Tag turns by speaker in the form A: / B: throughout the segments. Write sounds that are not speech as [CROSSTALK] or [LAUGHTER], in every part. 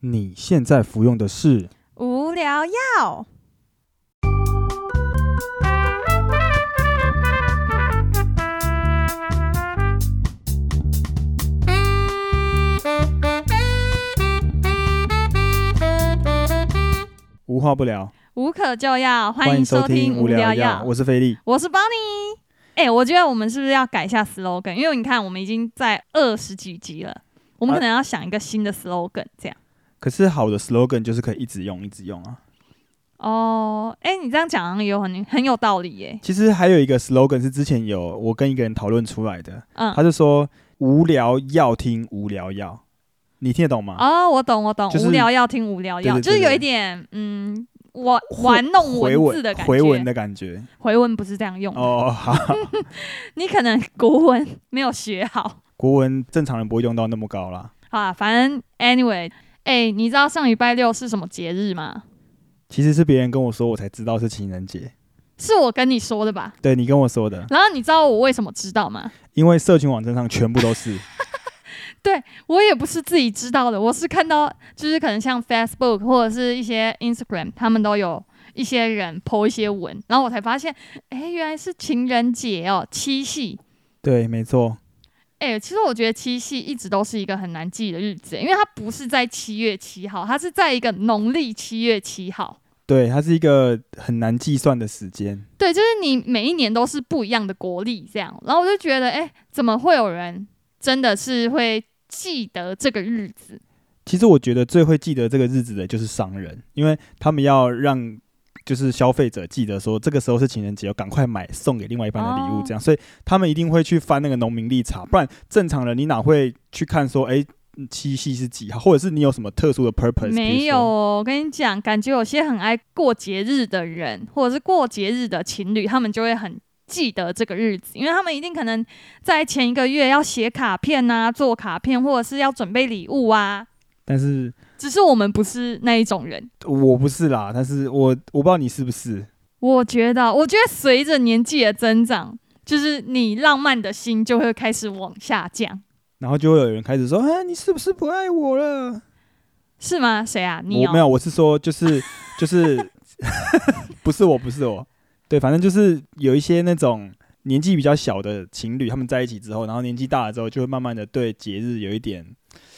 A: 你现在服用的是
B: 无聊药。
A: 无话不聊，
B: 无可救药，欢迎收听
A: 无
B: 无聊药
A: 药。。我是菲力，
B: 我是邦尼。哎、我觉得我们是不是要改一下 slogan？因为你看，我们已经在二十几集了，我们
A: 啊
B: 可能要想一个新的 slogan，这样。
A: 可是好的 slogan 就是可以一直用，一直用啊。
B: 哦，哎、你这样讲好像有很很有道理耶。
A: 其实还有一个 slogan 是之前有我跟一个人讨论出来的，
B: 嗯
A: 他，就说无聊要听无聊药，你听得懂吗？
B: 哦，我懂，我懂，
A: 就是
B: 无聊要听无聊药，
A: 对对对
B: 就是有
A: 对
B: 一点嗯，玩
A: 回
B: 玩弄
A: 回
B: 哦文
A: 文
B: 字的感觉。
A: 回文的感觉
B: 回文不是这样用的，
A: 哦，好，
B: 你可能国文没有学好。
A: 国文正常人不会用到那么高啦。
B: 好啦，反正 anyway，哎、你知道上礼拜六是什么节日吗？
A: 其实是别人跟我说，我才知道是情人节。
B: 是我跟你说的吧？
A: 对你跟我说的，
B: 然后你知道我为什么知道吗？
A: 因为社群网站上全部都
B: [LAUGHS]
A: 是。
B: 我也不是自己知道的，我是看到就是可能像 Facebook 或者是一些 Instagram，他们都有一些人 po 一些文，然后我才发现，哎、原来是情人节哦，七夕。
A: 对，没错。
B: 哎、其实我觉得七夕一直都是一个很难记的日子，因为它不是在七月七号，它是在一个农历七月七号。
A: 对，它是一个很难计算的时间。
B: 对，就是你每一年都是不一样的国力这样，然后我就觉得，哎、怎么会有人真的是会记得这个日子？
A: 其实我觉得最会记得这个日子的就是商人，因为他们要让就是消费者记得说这个时候是情人节，要赶快买送给另外一半的礼物，
B: 哦
A: 这样，所以他们一定会去翻那个农民历查，不然正常人你哪会去看说，哎，七夕是几号，或者是你有什么特殊的 purpose？
B: 没
A: 比如
B: 有，
A: 说，
B: 我跟你讲，感觉有些很爱过节日的人，或者是过节日的情侣，他们就会很记得这个日子，因为他们一定可能在前一个月要写卡片啊，做卡片，或者是要准备礼物啊。
A: 但是
B: 只是我们不是那一种人。
A: 我不是啦，但是我我不知道你是不是，
B: 我觉得，我觉得随着年纪的增长，就是你浪漫的心就会开始往下降，
A: 然后就会有人开始说，啊，你是不是不爱我了？
B: 是吗？谁啊？你、
A: 我
B: 哦、
A: 没有，我是说，就是就是， [LAUGHS] 不是我，不是我，对，反正就是有一些那种年纪比较小的情侣，他们在一起之后，然后年纪大了之后，就会慢慢的对节日有一点，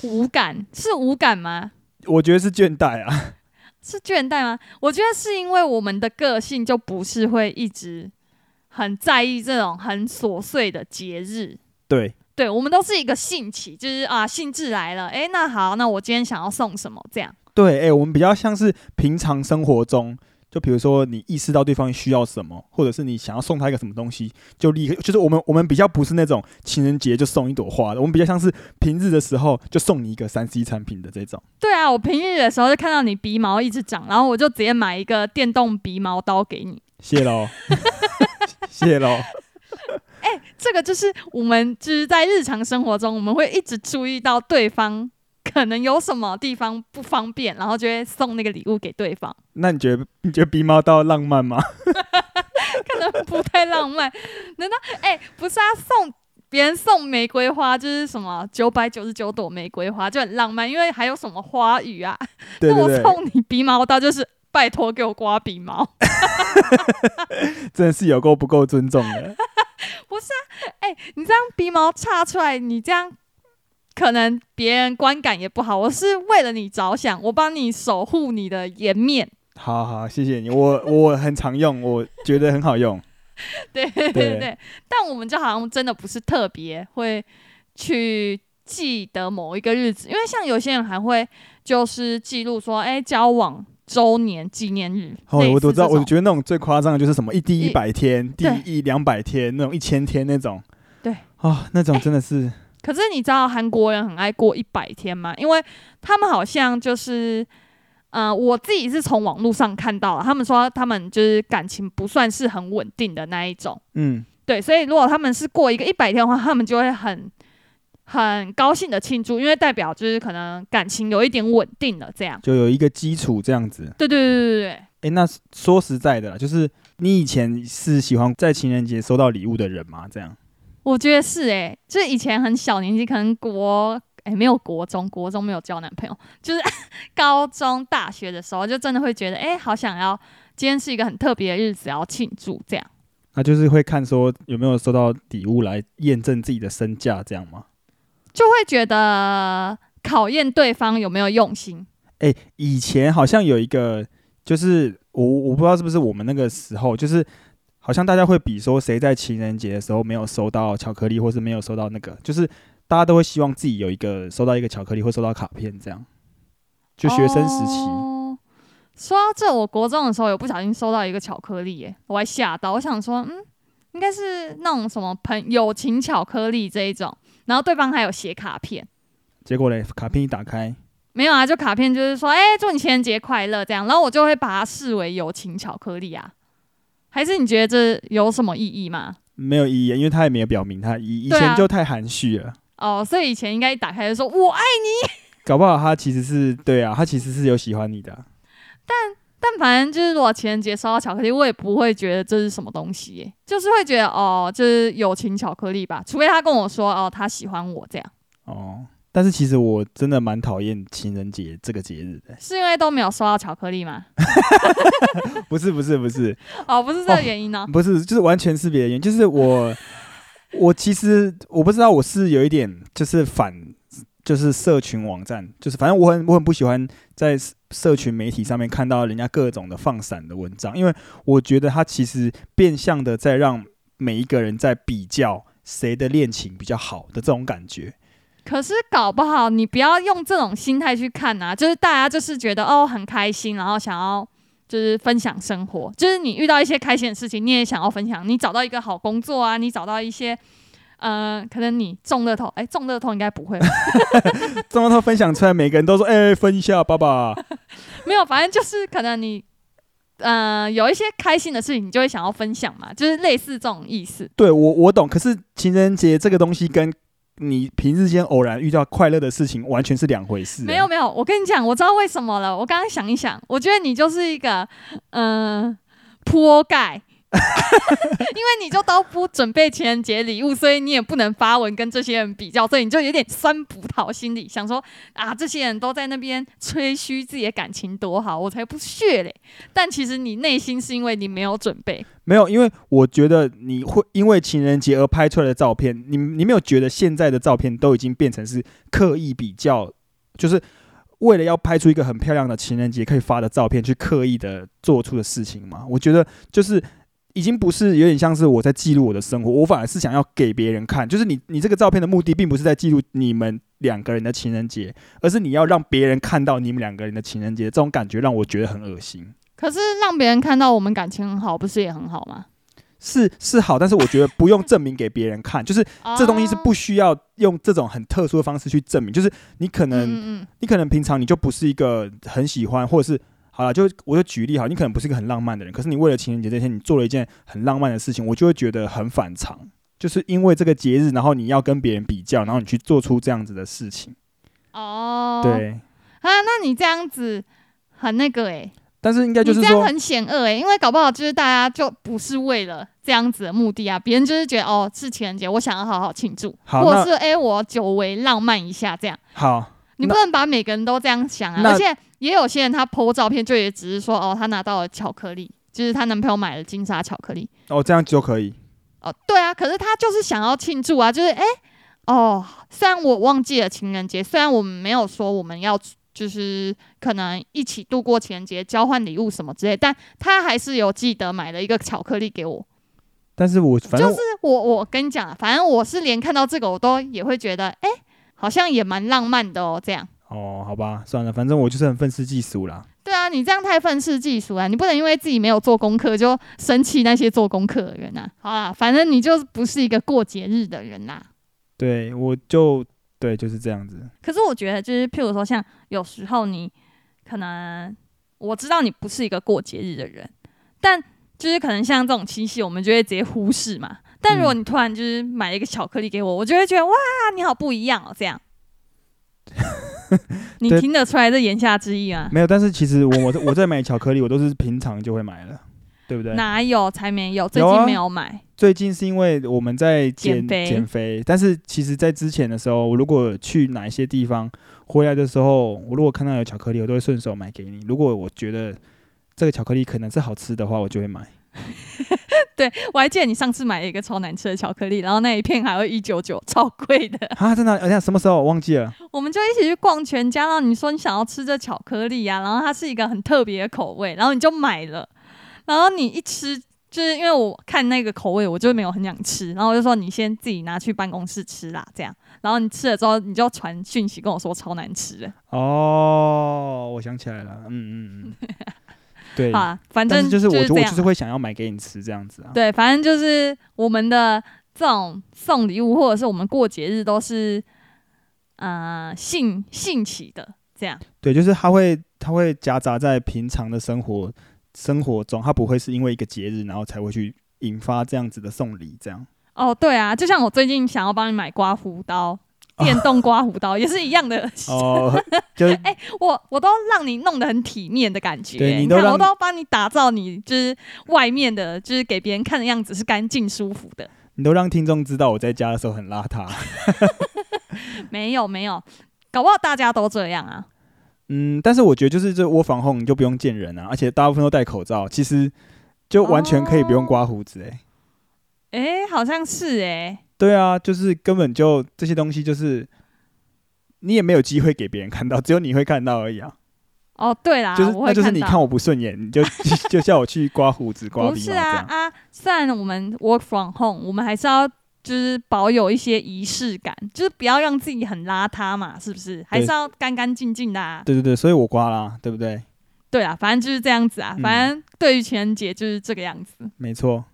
B: 无感，是无感吗？
A: 我觉得是倦怠啊。 [LAUGHS]
B: 是倦怠吗？我觉得是因为我们的个性就不是会一直很在意这种很琐碎的节日。
A: 对，
B: 对，我们都是一个兴起，就是啊，兴致来了，诶，那好，那我今天想要送什么？这样，
A: 对，哎、我们比较像是平常生活中，就比如说你意识到对方需要什么，或者是你想要送他一个什么东西，就立刻，就是我们我们比较不是那种情人节就送一朵花的，我们比较像是平日的时候就送你一个三 C 产品的这种。
B: 对啊，我平日的时候就看到你鼻毛一直长，然后我就直接买一个电动鼻毛刀给你。
A: 谢喽， [LAUGHS] 谢喽。
B: 这个就是我们就是在日常生活中，我们会一直注意到对方可能有什么地方不方便，然后就会送那个礼物给对方。 [LAUGHS]
A: 那你觉得你觉得鼻毛刀浪漫吗？
B: 可能不太浪漫。难道哎、不是啊，送别人送玫瑰花就是什么九百九十九朵玫瑰花就很浪漫，因为还有什么花语啊？ [LAUGHS]
A: 对对
B: 那我
A: 对，
B: 送你鼻毛刀就是拜托给我刮鼻毛。 [LAUGHS]
A: 真的是有够不够尊重的。
B: 哎、你这样鼻毛插出来，你这样。可能别人观感也不好，我是为了你着想，我帮你守护你的颜面。
A: 好好，谢谢你，我我很常用，我觉得很好用。
B: [LAUGHS] 对
A: 对
B: 对对对，但我们就好像真的不是特别会去记得某一个日子，因为像有些人还会就是记录说，哎、交往周年纪念日。
A: 哦，
B: 类
A: 我我
B: 似
A: 知道，
B: 这种
A: 我觉得那种最夸张的就是什么一第
B: 一
A: 一百天、第
B: 对
A: 一两百天那种一千天那种。
B: 对
A: 啊、那种真的是、
B: 可是你知道韩国人很爱过一百天吗？因为他们好像就是，呃，我自己是从网络上看到了，他们说他们就是感情不算是很稳定的那一种。
A: 嗯，
B: 对，所以如果他们是过一个一百天的话，他们就会很很高兴的庆祝，因为代表就是可能感情有一点稳定了这样。
A: 就有一个基础这样子。
B: 对对对对对
A: 诶，那说实在的啦，就是你以前是喜欢在情人节收到礼物的人吗？这样？
B: 欸我觉得是诶、就是以前很小年纪，可能国哎、没有国中，国中没有交男朋友，就是 [LAUGHS] 高中、大学的时候，就真的会觉得，哎、好想要，今天是一个很特别的日子，要庆祝这样。
A: 那就是会看说有没有收到礼物来验证自己的身价，这样吗？
B: 就会觉得考验对方有没有用心。
A: 哎、以前好像有一个，就是我我不知道是不是我们那个时候，就是好像大家会比说谁在情人节的时候没有收到巧克力，或是没有收到那个，就是大家都会希望自己有一个收到一个巧克力或收到卡片这样。就学生时期，
B: 哦说到这，我国中的时候有不小心收到一个巧克力、耶，我还吓到，我想说，嗯，应该是那种什么朋友情巧克力这一种，然后对方还有写卡片，
A: 结果嘞，卡片一打开，
B: 没有啊，就卡片就是说，哎、祝你情人节快乐这样，然后我就会把它视为友情巧克力啊，还是你觉得这有什么意义吗？
A: 没有意义，因为他也没有表明他以以
B: 对啊
A: 前就太含蓄了，
B: 哦，所以以前应该一打开就说我爱你，
A: 搞不好他其实是对啊，他其实是有喜欢你的啊、
B: 但反正就是如果情人节收到巧克力，我也不会觉得这是什么东西、耶，就是会觉得哦，就是友情巧克力吧，除非他跟我说哦，他喜欢我这样，
A: 哦。但是其实我真的蛮讨厌情人节这个节日
B: [LAUGHS]
A: 的，
B: 是因为都没有收到巧克力吗？
A: 不是不是不是，
B: 哦，不是这个原因呢、
A: 不是，就是完全是别的原因，就是我， [LAUGHS] 我其实我不知道我是有一点就是反，就是社群网站，就是反正我很我很不喜欢在社社群媒体上面看到人家各种的放闪的文章，因为我觉得它其实变相的在让每一个人在比较谁的恋情比较好的这种感觉。
B: 可是搞不好你不要用这种心态去看啊，就是大家就是觉得哦很开心，然后想要就是分享生活，就是你遇到一些开心的事情，你也想要分享。你找到一个好工作啊，你找到一些呃，可能你中乐透，哎、中乐透应该不会吧，
A: 这么他分享出来，每个人都说：“哎、分一下，爸爸。
B: 没有，反正就是可能你。呃，有一些开心的事情，你就会想要分享嘛，就是类似这种意思。
A: 对我我懂，可是情人节这个东西跟你平日间偶然遇到快乐的事情完全是两回事、欸
B: 没有没有，我跟你讲，我知道为什么了。我刚刚想一想，我觉得你就是一个嗯泼盖， [LAUGHS] 因为你就都不准备情人节礼物，所以你也不能发文跟这些人比较，所以你就有点酸葡萄心理，想说啊，这些人都在那边吹嘘自己的感情多好，我才不屑嘞。但其实你内心是因为你没有准备，
A: 没有，因为我觉得你会因为情人节而拍出来的照片，你你没有觉得现在的照片都已经变成是刻意比较，就是为了要拍出一个很漂亮的情人节可以发的照片去刻意的做出的事情吗？我觉得就是已经不是有点像是我在记录我的生活，我反而是想要给别人看，就是你你这个照片的目的并不是在记录你们两个人的情人节，而是你要让别人看到你们两个人的情人节，这种感觉让我觉得很恶心。
B: 可是让别人看到我们感情很好，不是也很好吗？
A: 是是好，但是我觉得不用证明给别人看，就是 [LAUGHS]
B: 哦
A: 这东西是不需要用这种很特殊的方式去证明。就是你可
B: 能
A: 能，
B: 嗯嗯
A: 你可能平常你就不是一个很喜欢，或者是好了，就我就举例好，你可能不是一个很浪漫的人，可是你为了情人节这天你做了一件很浪漫的事情，我就会觉得很反常，就是因为这个节日，然后你要跟别人比较，然后你去做出这样子的事情，
B: 哦，
A: 对。
B: 啊，那你这样子很那个诶、
A: 但是应该
B: 你
A: 就是
B: 这样
A: 说，
B: 很险恶欸诶，因为搞不好就是大家就不是为了这样子的目的啊，别人就是觉得哦是情人节，我想要好好庆祝，
A: 好
B: 或者
A: 那
B: 是诶、哎我久违浪漫一下这样，
A: 好，
B: 你
A: 那
B: 不能把每个人都这样想啊，
A: 那
B: 而且也有些人他 PO 照片就也只是说哦她拿到了巧克力，就是她男朋友买了金沙巧克力，
A: 哦，这样就可以。
B: 哦，对啊，可是他就是想要庆祝啊，就是哎、哦，虽然我忘记了情人节，虽然我们没有说我们要就是可能一起度过情人节，交换礼物什么之类，但他还是有记得买了一个巧克力给我。
A: 但是我反
B: 就
A: 正
B: 是我我跟你讲啊，反正我是连看到这个我都也会觉得，哎、好像也蛮浪漫的哦，这样。
A: 哦，好吧，算了，反正我就是很愤世嫉俗啦。
B: 对啊，你这样太愤世嫉俗啊！你不能因为自己没有做功课就生气那些做功课的人啊。好啦，反正你就不是一个过节日的人啊啦、
A: 对，我就对，就是这样子。
B: 可是我觉得，就是譬如说，像有时候你可能我知道你不是一个过节日的人，但就是可能像这种七夕，我们就会直接忽视嘛。
A: 嗯
B: 但如果你突然就是买了一个巧克力给我，我就会觉得哇，你好不一样哦，这
A: [LAUGHS]
B: 样。你
A: 对
B: 听得出来这言下之意吗？
A: 没有，但是其实我我在我在买巧克力，我都是平常就会买了，对不对？
B: 哪有才没有？最
A: 有啊
B: 近没有买，
A: 最近是因为我们在减
B: 减肥
A: 减肥，但是其实在之前的时候，我如果去哪一些地方回来的时候，我如果看到有巧克力，我都会顺手买给你。如果我觉得这个巧克力可能是好吃的话，我就会买。
B: 对，我还记得你上次买了一个超难吃的巧克力，然后那一片还要一九九，超贵的。
A: 啊，真的？哎呀，什么时候我忘记了？
B: 我们就一起去逛全家，然后你说你想要吃这巧克力啊，然后它是一个很特别的口味，然后你就买了，然后你一吃。就是因为我看那个口味，我就没有很想吃，然后我就说你先自己拿去办公室吃啦，这样。然后你吃了之后，你就传讯息跟我说超难吃的。
A: 哦，我想起来了，嗯嗯
B: [LAUGHS]
A: 嗯，对。
B: 好啦，反
A: 但
B: 正
A: 是就是我，
B: 这
A: 我
B: 样啊
A: 就是会想要买给你吃这样子啊。
B: 对，反正就是我们的这种送礼物，或者是我们过节日都是，呃，兴兴起的这样。
A: 对，就是它会它会夹杂在平常的生活生活中，它不会是因为一个节日然后才会去引发这样子的送礼这样。
B: 哦，对啊，就像我最近想要帮你买刮胡
A: [LAUGHS]
B: 刀，电动刮胡刀也是一样的。
A: 哦， [LAUGHS] 就是
B: [LAUGHS] 我我都让你弄得很体面的感觉，
A: 对你都
B: 看
A: 让
B: 我都帮你打造你就是外面的，就是给别人看的样子是干净舒服的。
A: 你都让听众知道我在家的时候很邋遢。
B: 没有没有，搞不好大家都这样啊。
A: 嗯，但是我觉得就是这窝防控你就不用见人啊，而且大部分都戴口罩，其实就完全可以不用刮胡子哎、
B: 哦诶，好像是诶。
A: 对啊，就是根本就这些东西就是你也没有机会给别人看到，只有你会看到而已啊。
B: 哦，对啦，
A: 就是
B: 我
A: 那
B: 会
A: 就是你
B: 到
A: 看我不顺眼，你就 [LAUGHS] 就叫我去刮胡子、刮
B: 不
A: 鼻
B: 是
A: 毛这
B: 啊
A: 样。
B: 啊！虽然我们 work from home，我们还是要就是保有一些仪式感，就是不要让自己很邋遢嘛，是不是？还是要干干净净的、啊。
A: 对对对，所以我刮啦，对不对？
B: 对啊，反正就是这样子啊。
A: 嗯
B: 反正对于情人节就是这个样子。
A: 没错。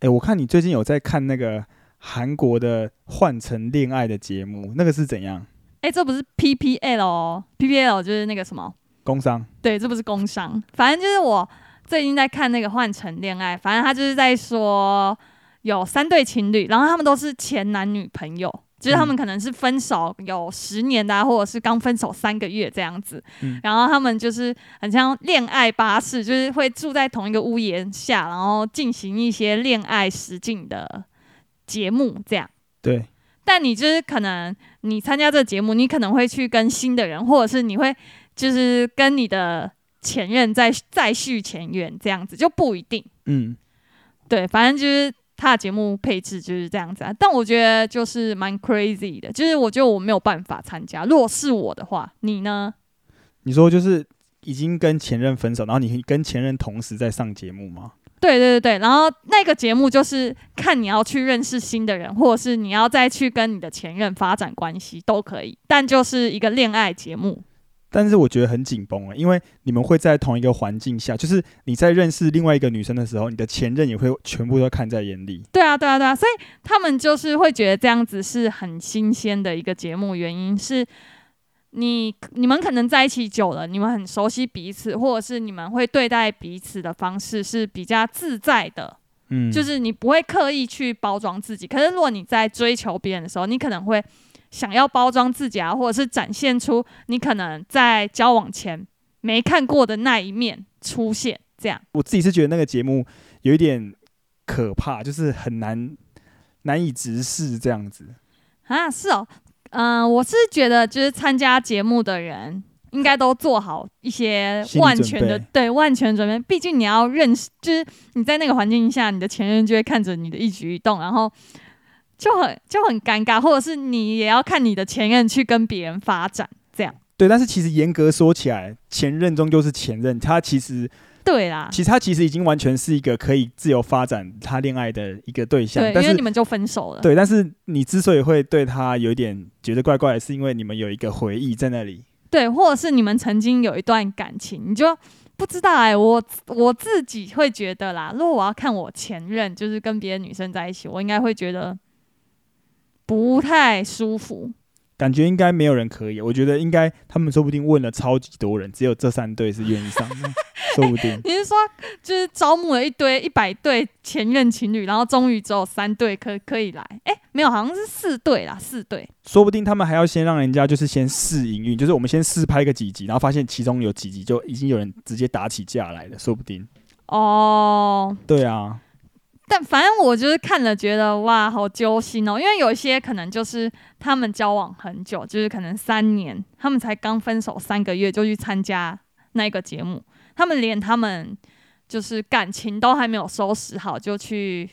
A: 哎，我看你最近有在看那个韩国的《换成恋爱》的节目，那个是怎样？
B: 哎、这不是 PPL 哦，PPL 就是那个什么？
A: 工伤
B: 对，这不是工伤。反正就是我最近在看那个《换乘恋爱》，反正他就是在说有三对情侣，然后他们都是前男女朋友，就是他
A: 嗯
B: 们可能是分手有十年的、啊，或者是刚分手三个月这样子。
A: 嗯
B: 然后他们就是很像恋爱巴士，就是会住在同一个屋檐下，然后进行一些恋爱实境的节目这样。
A: 对。
B: 但你就是可能你参加这个节目，你可能会去跟新的人，或者是你会就是跟你的前任再再续前缘这样子，就不一定。
A: 嗯，
B: 对，反正就是他的节目配置就是这样子啊。但我觉得就是蛮 crazy 的，就是我觉得我没有办法参加。如果是我的话，你呢？
A: 你说就是已经跟前任分手，然后你跟前任同时在上节目吗？
B: 对对对对，然后那个节目就是看你要去认识新的人，或者是你要再去跟你的前任发展关系都可以，但就是一个恋爱节目。
A: 但是我觉得很紧绷啊，因为你们会在同一个环境下，就是你在认识另外一个女生的时候，你的前任也会全部都看在眼里。
B: 对啊，对啊，对啊，所以他们就是会觉得这样子是很新鲜的一个节目，原因是你你们可能在一起久了，你们很熟悉彼此，或者是你们会对待彼此的方式是比较自在的，
A: 嗯，
B: 就是你不会刻意去包装自己。可是如果你在追求别人的时候，你可能会想要包装自己啊，或者是展现出你可能在交往前没看过的那一面出现，这样。
A: 我自己是觉得那个节目有一点可怕，就是很难难以直视这样子。
B: 啊，是哦，嗯、我是觉得就是参加节目的人应该都做好一些
A: 心理
B: 万
A: 准
B: 全的
A: 备
B: 对万全准备，毕竟你要认识，就是你在那个环境下，你的前任就会看着你的一举一动，然后就很就很尴尬，或者是你也要看你的前任去跟别人发展，这样
A: 对，但是其实严格说起来，前任终究是前任，他其实
B: 对啦，
A: 其实他其实已经完全是一个可以自由发展他恋爱的一个对象，
B: 对，
A: 但
B: 因为
A: 是
B: 你们就分手了，
A: 对，但是你之所以会对他有一点觉得怪怪的，是因为你们有一个回忆在那里。
B: 对，或者是你们曾经有一段感情，你就不知道哎、我我自己会觉得啦，如果我要看我前任就是跟别的女生在一起，我应该会觉得不太舒服。
A: 感觉应该没有人可以，我觉得应该他们说不定问了超级多人，只有这三对是愿意上的， [LAUGHS] 说不定。
B: 你是说，就是招募了一堆一百对前任情侣，然后终于只有三对可可以来？哎、没有，好像是四对啦，四对。
A: 说不定他们还要先让人家就是先试营运，就是我们先试拍个几集，然后发现其中有几集就已经有人直接打起架来了，说不定。
B: 哦，
A: 对啊，
B: 但反正我就是看了，觉得哇，好揪心哦。因为有一些可能就是他们交往很久，就是可能三年，他们才刚分手三个月就去参加那个节目，他们连他们就是感情都还没有收拾好就去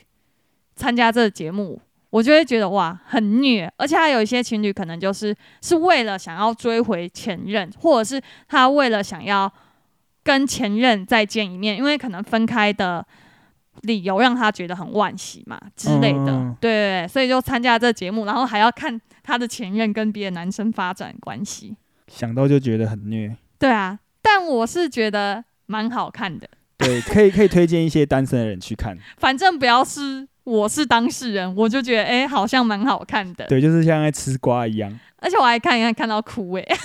B: 参加这个节目，我就会觉得哇，很虐。而且还有一些情侣可能就是是为了想要追回前任，或者是他为了想要跟前任再见一面，因为可能分开的理由让他觉得很惋惜嘛之类的。
A: 嗯
B: 对对对，所以就参加这节目，然后还要看他的前任跟别的男生发展关系。
A: 想到就觉得很虐。
B: 对啊，但我是觉得蛮好看的，
A: 对，可以可以推荐一些单身的人去 [LAUGHS] 看。
B: 反正不要是我是当事人，我就觉得哎、诶好像蛮好看的。
A: 对，就是像在吃瓜一样，
B: 而且我还看一看看到哭欸诶、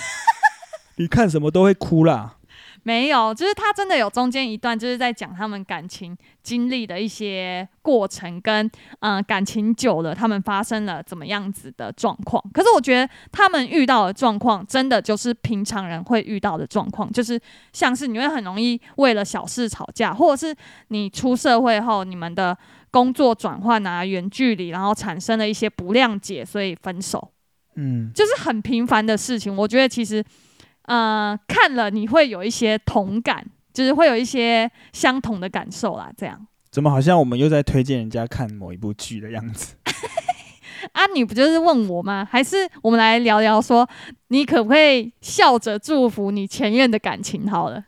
A: 你看什么都会哭啦。
B: 没有，就是他真的有中间一段，就是在讲他们感情经历的一些过程跟，嗯感情久了，他们发生了怎么样子的状况。可是我觉得他们遇到的状况，真的就是平常人会遇到的状况，就是像是你会很容易为了小事吵架，或者是你出社会后，你们的工作转换啊、远距离，然后产生了一些不谅解，所以分手。
A: 嗯，
B: 就是很平凡的事情。我觉得其实，呃，看了你会有一些同感，就是会有一些相同的感受啦。这样
A: 怎么好像我们又在推荐人家看某一部剧的样子？
B: 啊，你不就是问我吗？还是我们来聊聊说，你可不可以笑着祝福你前任的感情？好了，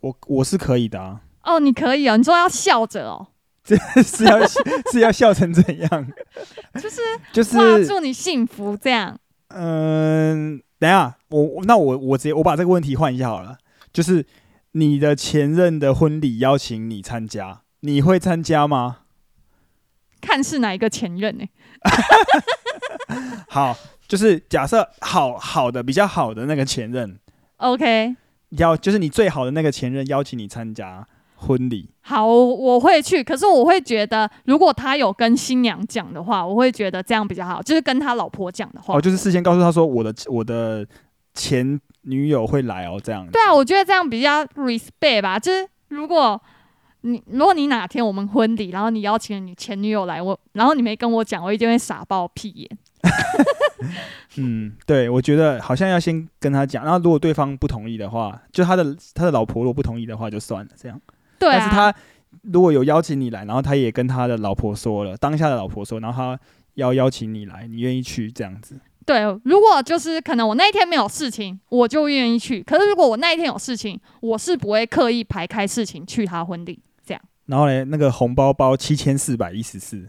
A: 我我是可以的啊， [LAUGHS]
B: 哦，你可以哦，你说要笑着哦，
A: 是要 [LAUGHS] 是要笑成怎样？
B: 就是
A: 就是
B: 哇，祝你幸福这样。
A: 嗯，等一下，我我那我我直接我把这个问题换一下好了，就是你的前任的婚礼邀请你参加，你会参加吗？
B: 看是哪一个前任欸呢、
A: 好，就是假设好好的比较好的那个前任
B: o k
A: 邀，就是你最好的那个前任邀请你参加婚礼，
B: 好，我会去，可是我会觉得，如果他有跟新娘讲的话，我会觉得这样比较好，就是跟他老婆讲的话。
A: 哦，就是事先告诉他说我的我的前女友会来哦，这样子。
B: 对啊，我觉得这样比较 respect 吧。就是如果你如果你哪天我们婚礼，然后你邀请了你前女友来，我然后你没跟我讲，我一定会傻爆屁眼。
A: 嗯，对，我觉得好像要先跟他讲，然后如果对方不同意的话，就他的他的老婆如果不同意的话就算了，这样。
B: 对
A: 但是
B: 啊，
A: 他如果有邀请你来，然后他也跟他的老婆说了，当下的老婆说，然后他要邀请你来，你愿意去这样子，
B: 对，如果就是可能我那一天没有事情，我就愿意去。可是如果我那一天有事情，我是不会刻意排开事情去他婚礼。
A: 然后嘞，那个红包包七千四百一十四，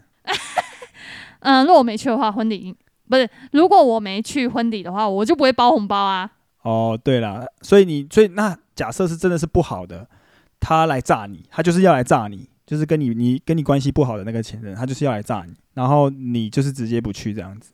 B: 嗯，如果我没去的话，婚礼不是，如果我没去婚礼的话，我就不会包红包啊。
A: 哦，对啦，所以你所以那假设是真的是不好的，他来炸你，他就是要来炸你，就是跟你你跟你关系不好的那个前任，他就是要来炸你，然后你就是直接不去这样子。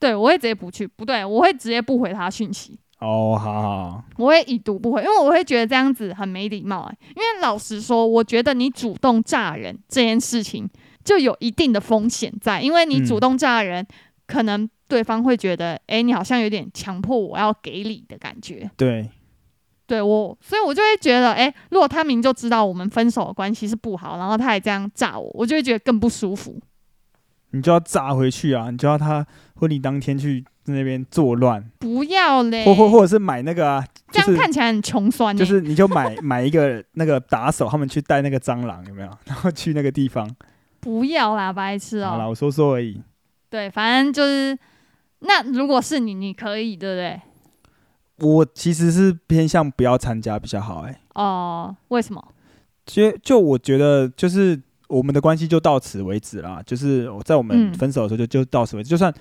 B: 对，我会直接不去，不对，我会直接不回他讯息。
A: 哦，好好，
B: 我会已读不回，因为我会觉得这样子很没礼貌、欸。因为老实说，我觉得你主动炸人这件事情就有一定的风险在，因为你主
A: 嗯
B: 动炸人，可能对方会觉得，诶，你好像有点强迫我要给礼的感觉。
A: 对，
B: 对我，所以我就会觉得，诶，如果他明就知道我们分手的关系是不好，然后他还这样炸我，我就会觉得更不舒服。
A: 你就要炸回去啊，你就要他婚礼当天去那边作乱，
B: 不要嘞，
A: 或或或者是买那个啊，
B: 这
A: 就是
B: 样看起来很穷酸、欸。
A: 就是你就买 [LAUGHS] 买一个那个打手，他们去带那个蟑螂有没 [LAUGHS] 有？然后去那个地方。
B: 不要啦，白痴
A: 好
B: 哦、
A: 了，我说说而已。
B: 对，反正就是，那如果是你，你可以，对不对？
A: 我其实是偏向不要参加比较好、欸，哎，
B: 哦、为什么？
A: 就就我觉得就是我们的关系就到此为止啦，就是我在我们
B: 嗯
A: 分手的时候就就到此为止，就算。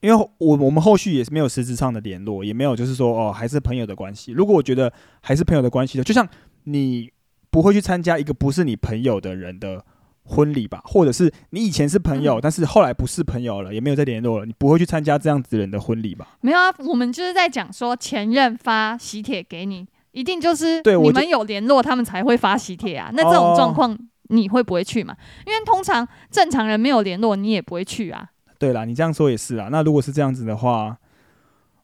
A: 因为我我们后续也是没有实质上的联络，也没有就是说哦还是朋友的关系。如果我觉得还是朋友的关系的，就像你不会去参加一个不是你朋友的人的婚礼吧，或者是你以前是朋友，
B: 嗯
A: 但是后来不是朋友了，也没有再联络了，你不会去参加这样子的人的婚礼吧？
B: 没有啊，我们就是在讲说前任发喜帖给你，一定就是
A: 对我
B: 你
A: 就
B: 们有联络，他们才会发喜帖啊。那这种
A: 哦
B: 状况你会不会去嘛？因为通常正常人没有联络，你也不会去啊。
A: 对啦，你这样说也是啦。那如果是这样子的话，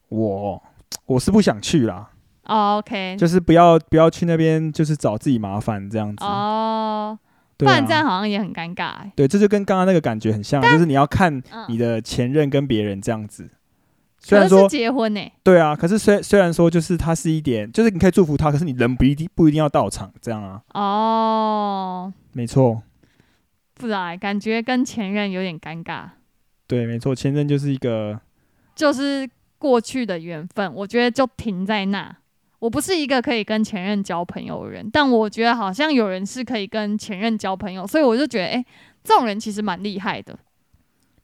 A: 我我是不想去啦，
B: 哦 OK，
A: 就是不要不要去那边，就是找自己麻烦这样子。
B: 哦、
A: 对
B: 不
A: 对啊
B: 然这样好像也很尴尬、欸。
A: 对，这就跟刚刚那个感觉很像，就是你要看
B: 嗯
A: 你的前任跟别人这样子。虽
B: 可
A: 然
B: 是是
A: 说
B: 结婚呢、欸
A: 对啊，可是虽虽然说就是他是一点，就是你可以祝福他，可是你人不一定不一定要到场这样啊，
B: 哦，
A: 没错，
B: 不然感觉跟前任有点尴尬，
A: 对，没错，前任就是一个
B: 就是过去的缘分，我觉得就停在那。我不是一个可以跟前任交朋友的人，但我觉得好像有人是可以跟前任交朋友，所以我就觉得，哎、这种人其实蛮厉害的。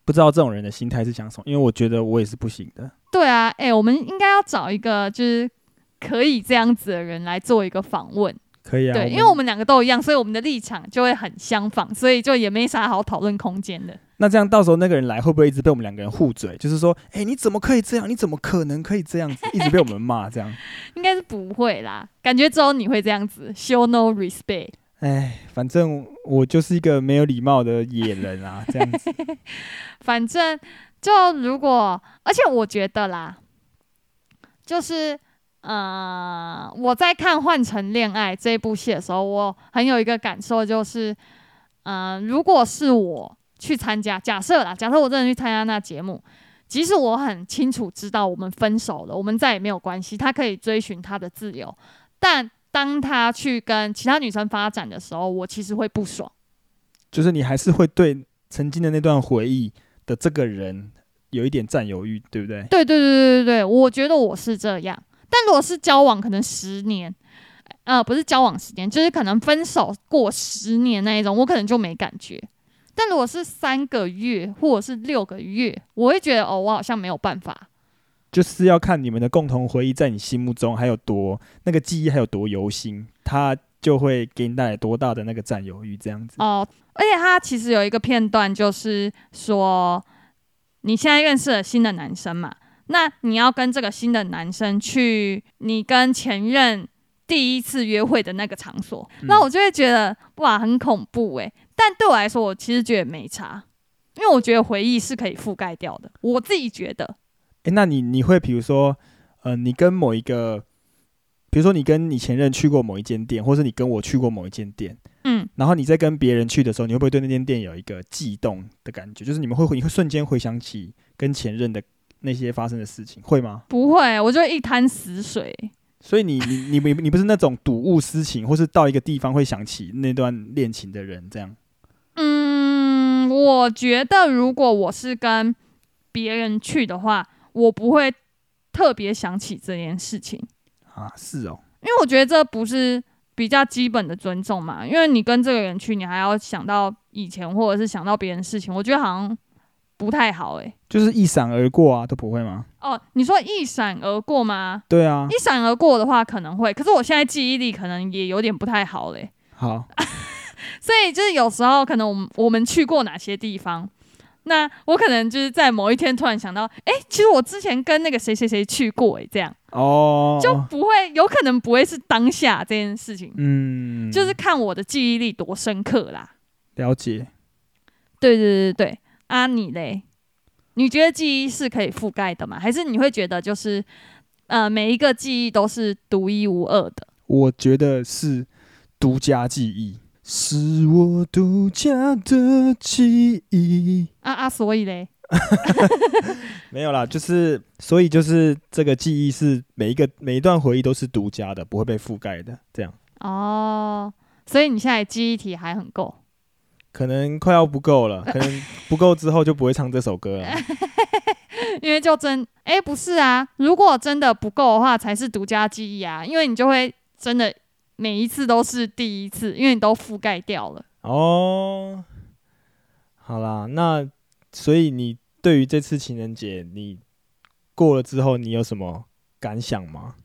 A: 不知道这种人的心态是想什么，因为我觉得我也是不行的。
B: 对 [LAUGHS] 啊，哎、我们应该要找一个就是可以这样子的人来做一个访问。
A: 可以啊，
B: 对，因为我们两个都一样，所以我们的立场就会很相仿，所以就也没啥好讨论空间的。
A: 那这样到时候那个人来，会不会一直被我们两个人互嘴？就是说，哎、你怎么可以这样？你怎么可能可以这样子？一直被我们骂这样。
B: 应该是不会啦，感觉只有你会这样子，show no respect。
A: 哎，反正我就是一个没有礼貌的野人啊，这样子。
B: 反正就如果，而且我觉得啦，就是呃，我在看《换成恋爱》这一部戏的时候，我很有一个感受，就是嗯、呃如果是我去参加，假设啦，假设我真的去参加那节目。即使我很清楚知道我们分手了，我们再也没有关系，他可以追寻他的自由，但当他去跟其他女生发展的时候，我其实会不爽。
A: 就是你还是会对曾经的那段回忆的这个人有一点占有欲，对不对？
B: 对对对对对对，我觉得我是这样。但如果是交往，可能十年，呃，不是交往十年，就是可能分手过十年那一种，我可能就没感觉。但如果是三个月或者是六个月，我会觉得哦，我好像没有办法。
A: 就是要看你们的共同回忆在你心目中还有多那个记忆还有多犹新，它就会给你带来多大的那个占有欲，这样子。
B: 哦，而且他其实有一个片段，就是说你现在认识了新的男生嘛，那你要跟这个新的男生去你跟前任第一次约会的那个场所，
A: 嗯
B: 那我就会觉得哇，很恐怖诶、但对我来说，我其实觉得没差，因为我觉得回忆是可以覆盖掉的，我自己觉得。
A: 诶，那你你会比如说，呃，你跟某一个，比如说你跟你前任去过某一间店，或是你跟我去过某一间店，
B: 嗯，
A: 然后你在跟别人去的时候，你会不会对那间店有一个悸动的感觉？就是你们会你会瞬间回想起跟前任的那些发生的事情，会吗？
B: 不会，我就一滩死水。
A: 所以你你你你不是那种睹物思情，或是到一个地方会想起那段恋情的人，这样
B: 嗯，我觉得如果我是跟别人去的话，我不会特别想起这件事情，因
A: 啊？是哦，
B: 为我觉得这不是比较基本的尊重嘛。因为你跟这个人去，你还要想到以前或者是想到别人的事情，我觉得好像不太好诶、
A: 就是一闪而过啊，都不会吗？
B: 哦，你说一闪而过吗？
A: 对啊，
B: 一闪而过的话可能会，可是我现在记忆力可能也有点不太好嘞、
A: 好，
B: 所以就是有时候可能我们我们去过哪些地方，那我可能就是在某一天突然想到，哎、其实我之前跟那个谁谁谁去过、诶，这样
A: 哦，
B: 就不会，有可能不会是当下这件事情，
A: 嗯，
B: 就是看我的记忆力多深刻啦。
A: 了解。
B: 对对对对对，啊，你嘞？你觉得记忆是可以覆盖的吗？还是你会觉得就是，呃，每一个记忆都是独一无二的？
A: 我觉得是独家记忆，是我独家的记忆。
B: 啊啊，所以嘞，
A: 没有啦，就是所以就是这个记忆是每一个每一段回忆都是独家的，不会被覆盖的。这样
B: 哦，所以你现在记忆体还很够。
A: 可能快要不够
B: [LAUGHS]
A: 了，可能不够之后就不会唱这首歌了。
B: 因为就真哎、不是啊，如果真的不够的话，才是独家记忆啊，因为你就会真的每一次都是第一次，因为你都覆盖掉了。
A: 哦，好啦，那所以你对于这次情人节你过了之后，你有什么感想吗？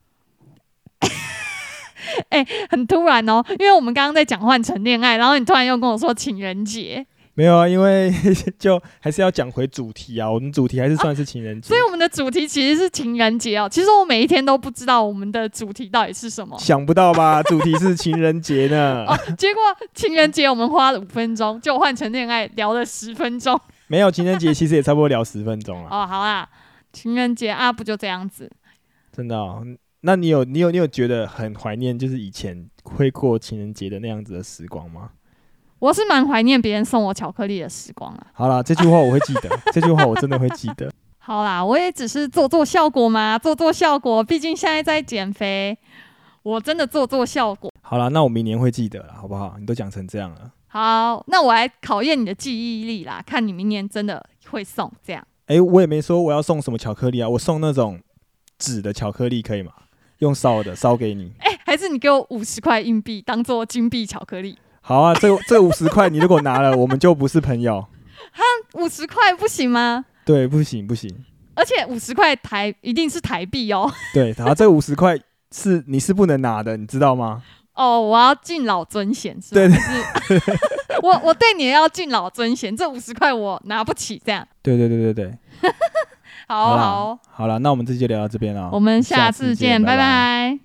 B: 很突然哦，因为我们刚刚在讲换成恋爱，然后你突然又跟我说情人节，
A: 没有啊，因为 [LAUGHS] 就还是要讲回主题啊。我们主题还是算是情人节，
B: 所以我们的主题其实是情人节哦。其实我每一天都不知道我们的主题到底
A: [LAUGHS]
B: 是什么，
A: 想不到吧？主题是情人节呢。 [LAUGHS]
B: 结果情人节我们花了五分钟，就换成恋爱聊了十分钟。
A: 没有情人节，其实也差不多聊十分钟了，
B: 哦，好啦，情人节啊，不就这样子？
A: 真的哦、那你有你有你有觉得很怀念，就是以前会过情人节的那样子的时光吗？
B: 我是蛮怀念别人送我巧克力的时光啊。
A: 好啦，这句话我会记得，
B: [LAUGHS]
A: 这句话我真的会记得。
B: 好啦，我也只是做做效果嘛，做做效果，毕竟现在在减肥，我真的做做效果。
A: 好啦，那我明年会记得了，好不好？你都讲成这样了。
B: 好，那我来考验你的记忆力啦，看你明年真的会送这样。
A: 诶，我也没说我要送什么巧克力啊，我送那种纸的巧克力可以吗？用烧的烧给你。
B: 哎、还是你给我五十块硬币当做金币巧克力？
A: 好啊，这这五十块你如果拿了，我们就不是朋友。
B: 五十块不行吗？
A: 对，不行不行。
B: 而且五十块台一定是台币哦。 [LAUGHS]
A: 对，然后这五十块是你是不能拿的，你知道吗？
B: 哦，我要敬老尊贤是
A: 对
B: 吗？就是 [LAUGHS] 我我对你要敬老尊贤，这五十块我拿不起，这样
A: 对对对对对。
B: 好
A: 啦
B: 好，
A: 好了，那我们这期就聊到这边了。
B: 我们
A: 下
B: 下
A: 次
B: 次
A: 见
B: 见，
A: 拜
B: 拜拜